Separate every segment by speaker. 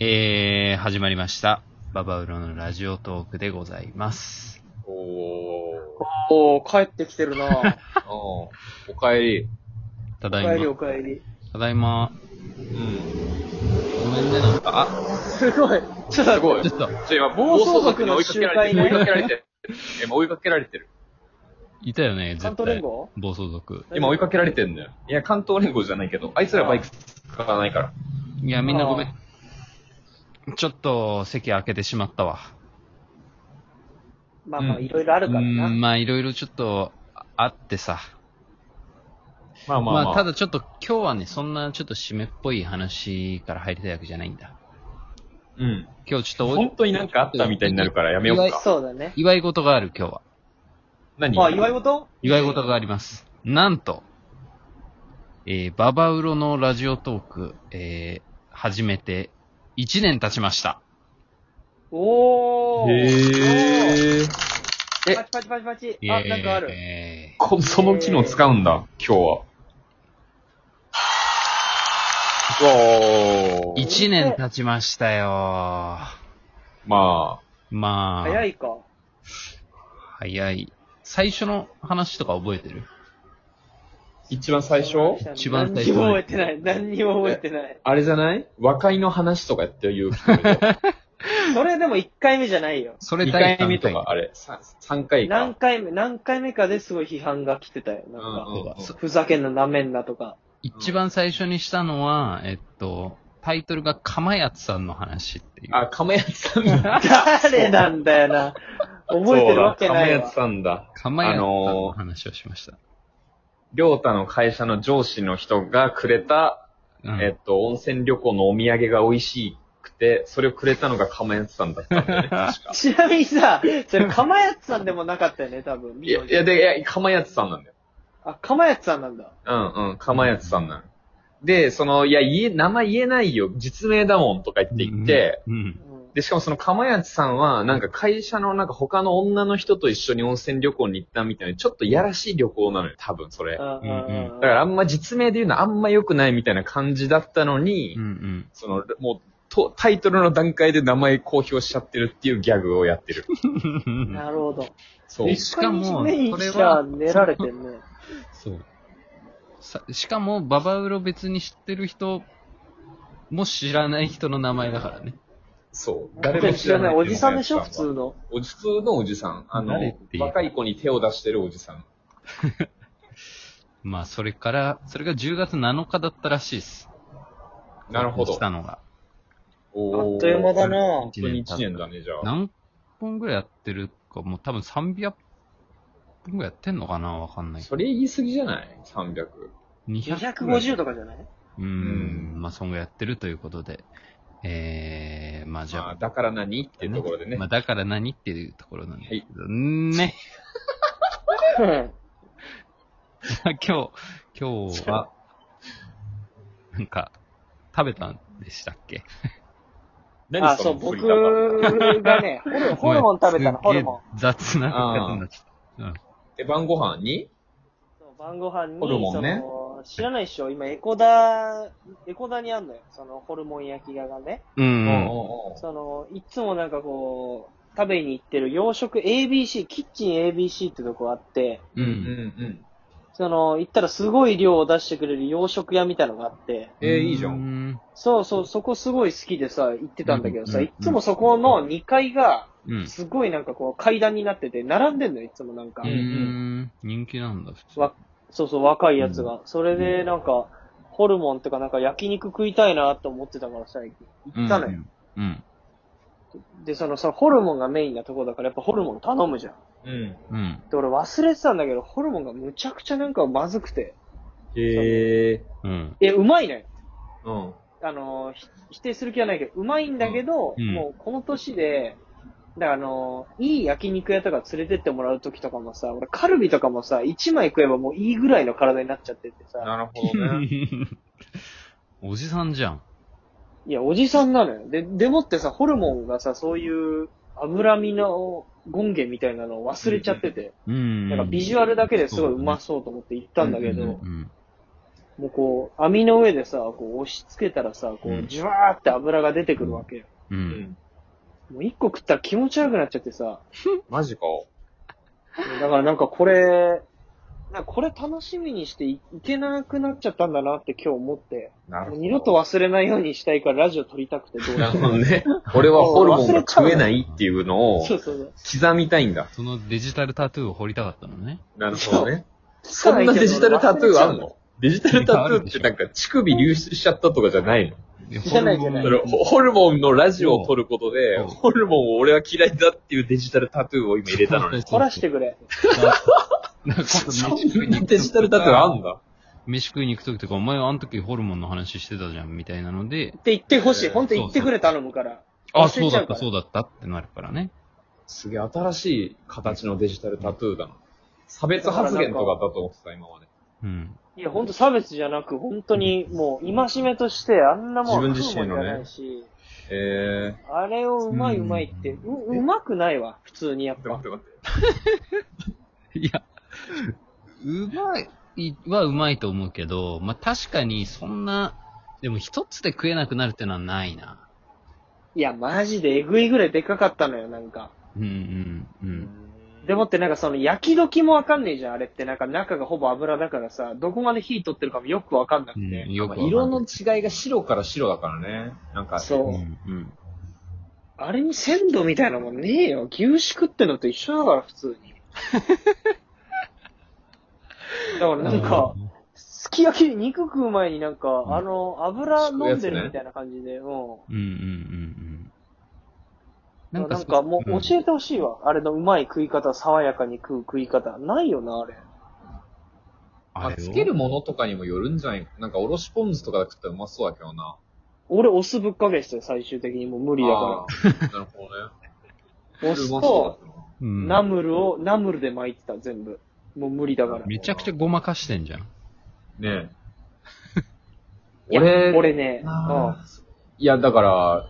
Speaker 1: えー、始まりました。ババウロのラジオトークでございます。
Speaker 2: おー。
Speaker 3: おー、帰ってきてるな
Speaker 2: おおかえり。
Speaker 1: た
Speaker 3: お
Speaker 1: だ
Speaker 3: 帰
Speaker 1: い
Speaker 3: りお
Speaker 1: ま。
Speaker 3: 帰り。
Speaker 1: ただいま。
Speaker 2: うん。ごめんね、なんか。あ、
Speaker 3: すごい。ちょっと待って
Speaker 2: すごい
Speaker 1: ちょっと、
Speaker 2: ちょ、今、暴走族に追いかけられ てる。追い
Speaker 3: 暴
Speaker 2: か
Speaker 3: 走
Speaker 2: けられてる。今、追いかけられてる。
Speaker 1: いたよね、
Speaker 3: 関
Speaker 1: 絶
Speaker 3: 東連
Speaker 1: 対。
Speaker 3: 合
Speaker 1: 暴走族。
Speaker 2: 今、追いかけられてんだよ。いや、関東連合じゃないけど、あいつらバイク使わないから。
Speaker 1: いや、みんなごめ
Speaker 3: あ
Speaker 1: ん。ちょっと、席開けてしまったわ。
Speaker 3: まあま
Speaker 2: う
Speaker 3: あ、
Speaker 2: ん
Speaker 3: いろいろあ
Speaker 1: う
Speaker 3: るからな。
Speaker 1: ん、まあ、いろいろちょっと、あってさ。
Speaker 2: まあ
Speaker 1: まあ、た
Speaker 2: だ、
Speaker 1: だちょっと今日はね、そんなちょっと締めっぽい話から入りたいわけじゃないんだ。
Speaker 2: うん。
Speaker 1: 今日ちょっとお、
Speaker 2: 本当になんかあったみたいになるからやめようか。
Speaker 3: そうだね。
Speaker 1: 祝い事がある今日は。
Speaker 2: 何
Speaker 3: あ、祝い事
Speaker 1: 祝い事があります。なんと、えー、ババウロのラジオトーク、えー、始めて1年経ちました。
Speaker 3: おー。おー
Speaker 2: へー。え
Speaker 3: パチパチパチパチ。あ、なんかある。
Speaker 1: え
Speaker 2: こその機能使うんだ、今日は。お
Speaker 1: ー、
Speaker 2: ー。
Speaker 1: 1年経ちましたよ
Speaker 2: ま
Speaker 1: まあ、
Speaker 3: 早。いか。
Speaker 1: 早い。最初の話とか覚えてる
Speaker 2: あ、一番最初
Speaker 1: 一番最初
Speaker 3: 何にも覚えてない。何にも覚えてない。
Speaker 2: あれじゃない和解の話とかやって言う機能でしょ。
Speaker 3: それでも1回目じゃないよ。
Speaker 1: それ
Speaker 2: 2
Speaker 1: 第
Speaker 2: 回目と
Speaker 1: 三
Speaker 2: か、あれ、さ3回か。
Speaker 3: 何回目、何回目かですごい批判が来てたよ。なん
Speaker 2: うん
Speaker 3: か、
Speaker 2: うんうん
Speaker 1: そう
Speaker 3: ふざけんな、なめんなとか。
Speaker 1: 一番最初にしたのは、えっと、タイトルがかまやつさんの話っていう。
Speaker 2: あ、亀谷さんだ。
Speaker 3: 誰なんだよな。覚えてるわけない
Speaker 2: そうだ亀
Speaker 3: わ。
Speaker 2: 谷。さんだ。
Speaker 1: かまやつさんの
Speaker 2: あのー
Speaker 1: 話をしました。
Speaker 2: りょうたの会社の上司の人がくれた、
Speaker 1: うん
Speaker 2: えっと、温泉旅行のお土産が美味しくて、それをくれたのが亀谷さんだったんだよね、確か
Speaker 3: ちなみにさ、それ、かまやつさんでもなかったよね、多分。
Speaker 2: いや、いや、で、いや、亀谷さんなんだよ。
Speaker 3: あ、かまやつさんなんだ。
Speaker 2: うんうん、釜谷さんなの。で、その、いや、言え、名前言えないよ、実名だもんとか言って言って、
Speaker 1: うん。
Speaker 3: うん
Speaker 2: で、しかもその釜谷さんは、なんか会社のなんか他の女の人と一緒に温泉旅行に行ったみたいな、ちょっとやらしい旅行なのよ、多分それ。だ
Speaker 1: う
Speaker 3: うん
Speaker 1: んうん
Speaker 3: うん
Speaker 2: からあんま実名で言うのあんま良くないみたいな感じだったのに、
Speaker 1: うんうん。
Speaker 2: その、もう、とタイトルの段階で名前公表しちゃってるっていうギャグをやってる。
Speaker 3: なるほど。
Speaker 2: そう
Speaker 1: え。しかも
Speaker 3: 一日目にし
Speaker 1: それは
Speaker 3: ゃ練られてんね。
Speaker 1: そう。さしかも、ババウロ別に知ってる人も知らない人の名前だからね。
Speaker 2: そう。
Speaker 3: 誰
Speaker 2: 誰
Speaker 3: も
Speaker 2: も
Speaker 3: 知
Speaker 2: 知
Speaker 3: ら
Speaker 2: ら
Speaker 3: な。
Speaker 2: ないい。
Speaker 3: おじさんでしょ、普通。の。
Speaker 2: おじ、普通のおじさん。あの
Speaker 1: 誰ってい、う
Speaker 2: 若い子に手を出してるおじさん。
Speaker 1: まあ、それから、それが10月7日だったらしいです。
Speaker 2: なるほど
Speaker 1: し。たのが。
Speaker 2: おー
Speaker 3: あっという間だな
Speaker 2: 本当に1年だね、じゃあ。
Speaker 1: 何本ぐらいやってるか、もう多分300本ぐらいやってんのかなわかんないけど。
Speaker 2: それ言い過ぎじゃない ?300。
Speaker 1: 200ぐらい
Speaker 3: 250とかじゃないう
Speaker 1: ーん、まあ、そんぐらいやってるということで。えー、まあじゃ
Speaker 2: まあ、
Speaker 1: あ。
Speaker 2: だから何っていうところでね。
Speaker 1: まあ、だから何っていうところなんですけど、ね。
Speaker 3: うん
Speaker 1: じゃあ 今日、今日は、なんか、食べたんでしたっけ
Speaker 3: あ、
Speaker 2: 何
Speaker 3: そ、
Speaker 2: そうの振
Speaker 3: 僕
Speaker 2: り方。
Speaker 3: がね、ホルホルモン食べたの、ホルモン。
Speaker 1: ン。雑な方になっちゃっ
Speaker 2: え、晩ご飯に
Speaker 3: そう晩ご飯に、
Speaker 2: ホルモンね
Speaker 3: その知らないっしょ、今、エコダ、エコダにあんのよ。その、ホルモン焼き屋がね。
Speaker 1: た。うん
Speaker 2: う
Speaker 1: うん。
Speaker 3: その、いつもなんかこう、食べに行ってる洋食 ABC、キッチン ABC ってとこあって、
Speaker 1: う。
Speaker 2: うんんうん。
Speaker 3: その、行ったらすごい量を出してくれる洋食屋みたいのがあって、
Speaker 2: えー、いいじゃん。
Speaker 1: ん。
Speaker 3: そうそう、そこすごい好きでさ、行ってたんだけど
Speaker 1: うん
Speaker 3: さ、
Speaker 1: うん
Speaker 3: いつもそこの2階が、
Speaker 1: うん。
Speaker 3: すごいなんかこう階段になってて、並んでんのよ、いつもなんか
Speaker 1: う。ん。人気なんだ、普通。
Speaker 3: わそうそう、若いやつが。それでなんか、ホルモンとかなんか焼肉食いたいなと思ってたからさ、行ったのよ。
Speaker 1: うん。
Speaker 3: で、そのさ、ホルモンがメインなとこだから、やっぱホルモン頼むじゃん。
Speaker 2: うん。
Speaker 1: うん。
Speaker 3: で、俺忘れてたんだけど、ホルモンがむちゃくちゃなんかまずくて。
Speaker 2: へえ。
Speaker 1: うん。
Speaker 3: え、うまいね。
Speaker 2: うん。
Speaker 3: あのー、ひ否定する気はないけど、うまいんだけど、
Speaker 1: うん
Speaker 3: もうこの年で、だからあのー、いい焼肉屋とか連れてってもらう時とかもさ、俺カルビとかもさ、1枚食えばもういいぐらいの体になっちゃっててさ、
Speaker 2: なるほどね。
Speaker 1: おじさんじゃん。
Speaker 3: いや、おじさんなのよ。で、でもってさ、ホルモンがさ、そういう脂身の権限みたいなのを忘れちゃってて、
Speaker 1: うん。
Speaker 3: なんかビジュアルだけですごいうまそうと思って行ったんだけど、
Speaker 1: うん。
Speaker 3: もうこう、網の上でさ、こう押し付けたらさ、こ
Speaker 1: う
Speaker 3: う、
Speaker 1: ん
Speaker 3: じわーって油が出てくるわけよ。
Speaker 1: う。
Speaker 2: うんん。
Speaker 3: もう一個食ったら気持ち悪くなっちゃってさ、
Speaker 2: マジか。
Speaker 3: だからなんかこれ、なんかこれ楽しみにしていいけなくなっちゃったんだなって今日思って、
Speaker 2: なる
Speaker 3: も
Speaker 2: ほ
Speaker 3: う
Speaker 2: ど。
Speaker 3: 二度と忘れないようにしたいからラジオ撮りたくてどうし
Speaker 2: なる
Speaker 3: よ
Speaker 2: ほどね。俺はホルモンが食えないっていうの
Speaker 3: う。
Speaker 2: を
Speaker 3: そうそうそう。
Speaker 2: 刻みたいんだ。
Speaker 1: そのデジタルタトゥーを掘りたかったのね。
Speaker 2: なるほどね。そんなデジタルタトゥーあんのデジタルタトゥーってなんか乳首流出しちゃったとかじゃないの
Speaker 3: じゃない
Speaker 1: ホルモン
Speaker 3: じ
Speaker 2: それホルモンのラジオを撮ることで、
Speaker 1: うん
Speaker 2: ホルモンを俺は嫌いだっていうデジタルタトゥーを今入れたのね。
Speaker 3: 凝らしてくれ。
Speaker 1: なんか今
Speaker 2: そ
Speaker 1: 度飯食い
Speaker 2: ん
Speaker 1: に
Speaker 2: な
Speaker 1: 行く
Speaker 2: デジタルタトゥーあんだ。
Speaker 1: 飯食いに行くときとか、お前あの時ホルモンの話してたじゃん、みたいなので、
Speaker 3: って言ってほしい。
Speaker 2: えー
Speaker 3: 本当言ってくれ頼むから。
Speaker 1: あ、
Speaker 3: 忘
Speaker 1: そ
Speaker 3: れ
Speaker 1: う
Speaker 3: ちゃ
Speaker 1: だ
Speaker 3: う
Speaker 1: った、
Speaker 3: から
Speaker 1: そうだったってなるからね。
Speaker 2: すげえ新しい形のデジタルタトゥーだな。差別発言とかだと思ってた、今まで。
Speaker 1: うん。
Speaker 3: いや、本当差別じゃなく、本当にもう、戒めとして、あんなもん、
Speaker 2: 自分自身のね
Speaker 3: 食うもんじゃないし、
Speaker 2: え
Speaker 3: あれをうまいうまいって、
Speaker 1: う
Speaker 3: う、うまくないわ、普通にやっ
Speaker 2: ー、待って
Speaker 3: ぱ。
Speaker 2: 待って
Speaker 1: いや、うまいはうまいと思うけど、まあ、確かにそんな、でも一つで食えなくなるってのはないな。
Speaker 3: いや、マジでえぐいぐらいでかかったのよ、なんか。
Speaker 1: うんうんう
Speaker 2: 待
Speaker 1: ん。
Speaker 2: って。
Speaker 3: でもってなんかその焼き時もわかんねえじゃん、あれって。なんか中がほぼ油だからさ、どこまで火取ってるかもよくわかんなくて。
Speaker 1: うんよくわかんない
Speaker 2: 色の違いが白から白だからね。なんか、
Speaker 3: そうう
Speaker 1: う
Speaker 3: ん
Speaker 1: ん。
Speaker 3: あれに鮮度みたいなもんねえよ。牛脂食ってんのと一緒だから、普通 に。だからなんか、すき焼き、肉食う前になんか、
Speaker 1: ん
Speaker 3: あの、油飲んでるみたいな感じで、うん。
Speaker 1: うんうんうんうん。
Speaker 3: なんかもう教えてほしいわ。あれのうまい食い方、爽やかに食う食い方。ないよな、あれ。
Speaker 2: ま
Speaker 1: あ
Speaker 2: あ、
Speaker 1: れを
Speaker 2: つけるものとかにもよるんじゃないなんか、おろしポン酢とかで食ったらうまそうだけどな。
Speaker 3: 俺、お酢ぶっかけして、最終的にもう無理だ
Speaker 2: あ
Speaker 3: か
Speaker 2: ーなるほどね。
Speaker 3: ら。お
Speaker 2: う
Speaker 3: 酢
Speaker 2: まそうだ
Speaker 3: と
Speaker 2: ったな
Speaker 1: うん
Speaker 3: ナムルを、ナムルで巻いてた、全部。もう無理だから。
Speaker 1: めちゃくちゃごまかしてんじゃん。
Speaker 2: ねえ。
Speaker 3: いや
Speaker 2: 俺、
Speaker 3: 俺ね、うん
Speaker 2: なあいや、だから、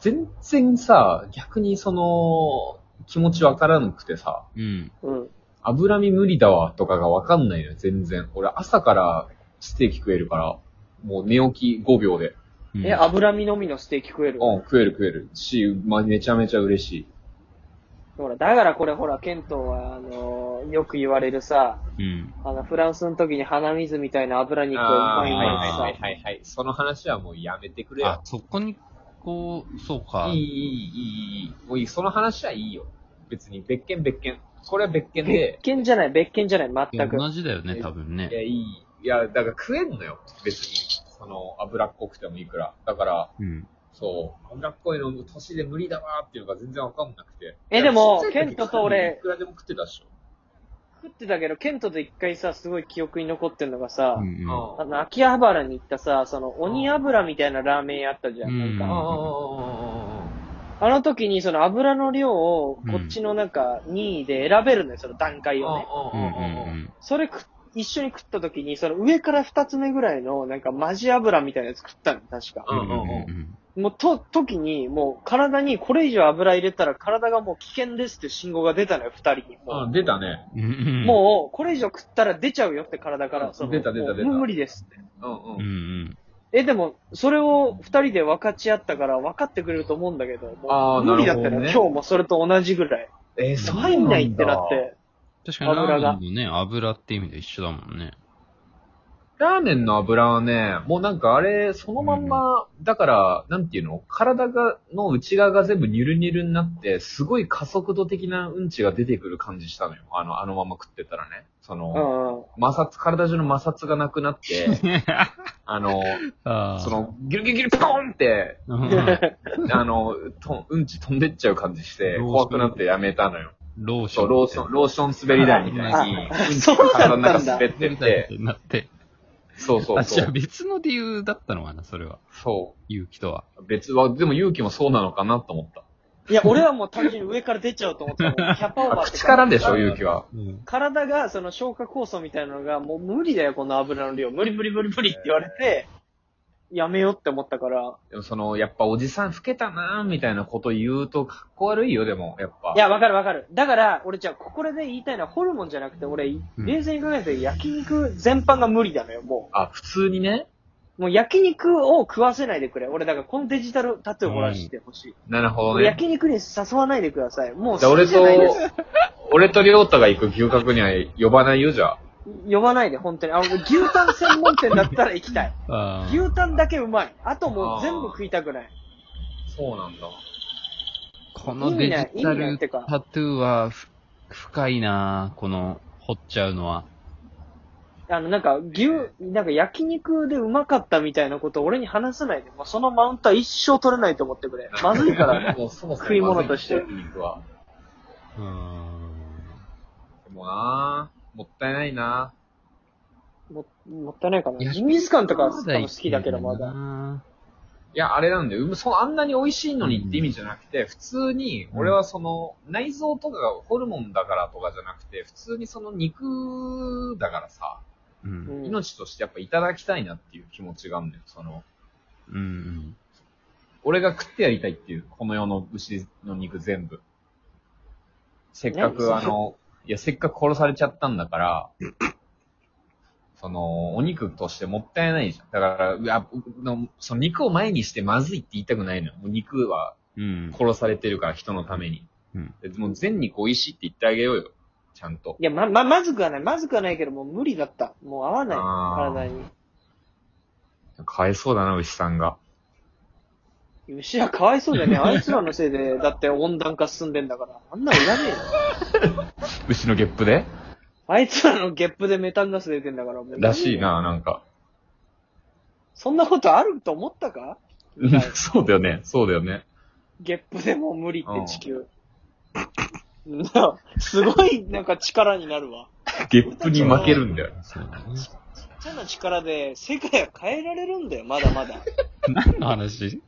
Speaker 2: 全然さ、逆にその、気持ちわからなくてさ、
Speaker 1: うん。
Speaker 3: うん。
Speaker 2: 脂身無理だわとかがわかんないのよ、全然。俺、朝からステーキ食えるから、もう寝起き5秒で。
Speaker 1: うん
Speaker 3: え、脂身のみのステーキ食える
Speaker 2: うん、食える食える。し、まあ、めちゃめちゃ嬉しい。
Speaker 3: ほら、だからこれほら、ケントは、あのーよく言われるさ、
Speaker 1: うん。
Speaker 3: あの、フランスの時に鼻水みたいな油肉をうまい
Speaker 1: ー
Speaker 3: う
Speaker 2: はい
Speaker 3: まい
Speaker 2: はい
Speaker 3: さ。
Speaker 2: はいはい。その話はもうやめてくれ
Speaker 1: あ
Speaker 2: よ、。
Speaker 1: そこに、こう、そうか。
Speaker 2: いい、いい、いい、いい。もういい。その話はいいよ。別に、別件別件。それは別件で
Speaker 3: 別、件じゃない、別件じゃない、
Speaker 1: いや
Speaker 3: 全く。
Speaker 1: 同じだよね、多分
Speaker 2: いや、
Speaker 1: ね。
Speaker 2: いい。いや、だから食えんのよ。別に。その、脂っこくてもいくら。だから、
Speaker 1: うん。
Speaker 2: そう、脂っこいの年で無理だわーっていうのが全然わかんなくて。
Speaker 3: えでも
Speaker 2: ちっちゃい時
Speaker 3: ケントと俺
Speaker 2: いくらでも食ってたでしょ。
Speaker 3: 食ってたけど、ケントと一回さ、すごい記憶に残ってんのがさ、
Speaker 1: うん
Speaker 2: う
Speaker 1: うん
Speaker 3: あの、秋葉原に行ったさ、その、鬼油みたいなラーメン屋あったじゃん。
Speaker 1: うん
Speaker 3: なん
Speaker 2: あ
Speaker 3: か、
Speaker 2: あ、
Speaker 3: あの時にその油の量を、こっちのなんか、任意で選べるのよ、その段階をね。
Speaker 1: うんうんう
Speaker 2: あ
Speaker 1: ん
Speaker 3: それ食っ一緒に食った時に、その上から二つ目ぐらいの、なんかマジ油みたいなやつ食ったの、確か。
Speaker 1: うん
Speaker 2: うんうんうん
Speaker 1: うん
Speaker 3: もう、と、時に、もう体にこれ以上油入れたら体がもう危険ですって信号が出たのよ、二人に。も
Speaker 2: 出たね。
Speaker 1: うんうん
Speaker 3: う、もうこれ以上食ったら出ちゃうよって体か
Speaker 2: う
Speaker 3: ら。
Speaker 2: ん
Speaker 3: その
Speaker 2: 出た出た
Speaker 3: もう
Speaker 2: 出た
Speaker 3: もう無理ですって。
Speaker 2: うんう。
Speaker 1: うんうんん
Speaker 3: え、でも、それを二人で分かち合ったから分かってくれると思うんだけど、も
Speaker 2: あ
Speaker 3: う
Speaker 2: ー
Speaker 3: 無理だった
Speaker 2: なる
Speaker 3: の
Speaker 2: ほど
Speaker 3: よ、
Speaker 2: ね
Speaker 3: 今日もそれと同じぐらい。
Speaker 2: えー、
Speaker 3: 入んないってなっ。て。
Speaker 1: 確かにラ
Speaker 3: 油が
Speaker 1: ーメンのね、油って意味で一緒だもんね。
Speaker 2: ラーメンの油はね、もうなんかあれ、そのまんま、だから、なんていうの体が、の内側が全部ニュルニュルになって、すごい加速度的なうんちが出てくる感じしたのよ。あの、あのまま食ってたらね。そうの、
Speaker 3: んうん。
Speaker 2: 摩擦、体中の摩擦がなくなって、 あの、
Speaker 1: あー
Speaker 2: そ、の、ギュルギュルギュルポーンって、
Speaker 1: うんうん
Speaker 2: あの、とうんち飛んでっちゃう感じして、
Speaker 1: ローション
Speaker 2: 怖くなってやめたのよ。
Speaker 1: ローション。
Speaker 2: そう、ローション、ローション滑り台みたいに、う
Speaker 3: あ
Speaker 2: ん
Speaker 3: そ
Speaker 2: ち
Speaker 3: う
Speaker 2: が
Speaker 3: だったんだ
Speaker 2: 体の中滑ってっ
Speaker 1: みたい
Speaker 2: て、
Speaker 1: になって。
Speaker 2: そうそう
Speaker 1: あ、じ
Speaker 2: そ
Speaker 1: ゃあ
Speaker 2: う。
Speaker 1: 別の理由だったのかな、それは。
Speaker 2: そう。
Speaker 1: 勇気とは。
Speaker 2: 別は、でも勇気もそうなのかなと思った。
Speaker 3: いや、俺はもう単純に上から出ちゃうと思ったもん。キャパオーバー
Speaker 2: あ
Speaker 3: って
Speaker 2: 口からでしょ、勇気は。
Speaker 1: うん。
Speaker 3: 体が、その消化酵素みたいなのが、もう無理だよ、この油の量。無理無理無理無理って言われて、やめようって思ったから。
Speaker 2: でもその、やっぱおじさん老けたなーみたいなこと言うとかっこ悪いよ、でも、やっぱ。
Speaker 3: いや、わかるわかる。だから、俺じゃあ、ここで言いたいのはホルモンじゃなくて、俺、
Speaker 1: うん
Speaker 3: 冷静に考えて焼肉全般が無理だのよ、も
Speaker 2: あ、普通にね。
Speaker 3: う。もう焼肉を食わせないでくれ。俺、だからこのデジタルタトゥーを漏らしてほしい。
Speaker 2: なるほ
Speaker 3: も
Speaker 2: ど
Speaker 3: う
Speaker 2: ね。
Speaker 3: 焼肉に誘わないでください。もう
Speaker 2: じゃあ
Speaker 3: 好き
Speaker 2: 俺
Speaker 3: じゃ
Speaker 2: と
Speaker 3: ないです。、
Speaker 2: 俺とりょうたが行く牛角には呼ばないよ、じゃあ。
Speaker 3: 呼ばないで、本当に。あの、牛タン専門店だったら行きたい。
Speaker 1: あー
Speaker 3: 牛タンだけうまい。あともう全部食いたくない。
Speaker 2: そうなんだ。
Speaker 1: このデジタ
Speaker 3: 意味ない意味ないっ
Speaker 1: ル
Speaker 3: てか
Speaker 1: タトゥーはふ深いなこの、掘っちゃうのは。
Speaker 3: あの、なんか、牛、なんか焼肉でうまかったみたいなことを俺に話さないで。もうそのマウントは一生取れないと思ってくれ。まずいから ね。
Speaker 2: もうそもそも
Speaker 3: 食い物として
Speaker 2: まずいんだよ肉は
Speaker 1: うーん。
Speaker 2: でもなぁ、もったいないな
Speaker 3: も、もったいないかな。
Speaker 1: 焼
Speaker 3: ジ
Speaker 1: き
Speaker 3: ンギスカンとか多分好きだけど、まだ。
Speaker 1: だ。
Speaker 2: ぁ。いや、あれなんだよ。うんそのあんなに美味しいのにって意味じゃなくて、普通に、俺はその、内臓とかがホルモンだからとかじゃなくて、普通にその肉だからさ、
Speaker 1: う。
Speaker 3: うんん
Speaker 2: 命としてやっぱいただきたいなっていう気持ちがあるんだよ。その、
Speaker 1: うんうん。
Speaker 2: 俺が食ってやりたいっていう、この世の牛の肉全部。せっかく
Speaker 3: 何
Speaker 2: あの、いや、せっかく殺されちゃったんだから、その、お肉としてもったいないじゃん。だから、うわうのその肉を前にしてまずいって言いたくないのよ。もう肉は
Speaker 1: うん。
Speaker 2: 殺されてるから、人のために。
Speaker 1: うん
Speaker 2: でもう全肉美味しいって言ってあげようよ。ちゃんと。
Speaker 3: いや、ま、ま、まずくはない。まずくはないけど、もう無理だった。もう合わない。
Speaker 2: あー
Speaker 3: 体に。
Speaker 2: かわいそうだな、牛さんが。
Speaker 3: 牛はかわいそうだよね。あいつらのせいで、だって温暖化進んでんだから。あんなのいらねえよ。
Speaker 2: 牛のゲップで
Speaker 3: あいつらのゲップでメタンガス出てんだから。もう
Speaker 2: らしい。な、なんか。
Speaker 3: そんなことあると思ったかみたいな
Speaker 2: そうだよね、そうだよね。
Speaker 3: ゲップでもう無理
Speaker 2: う
Speaker 3: っ
Speaker 2: ん
Speaker 3: て地球。なすごいなんか力になるわ。
Speaker 2: ゲップに負けるんだよ。
Speaker 1: そうだね。
Speaker 3: ちっちゃな力で世界は変えられるんだよ、まだまだ。
Speaker 1: 何の話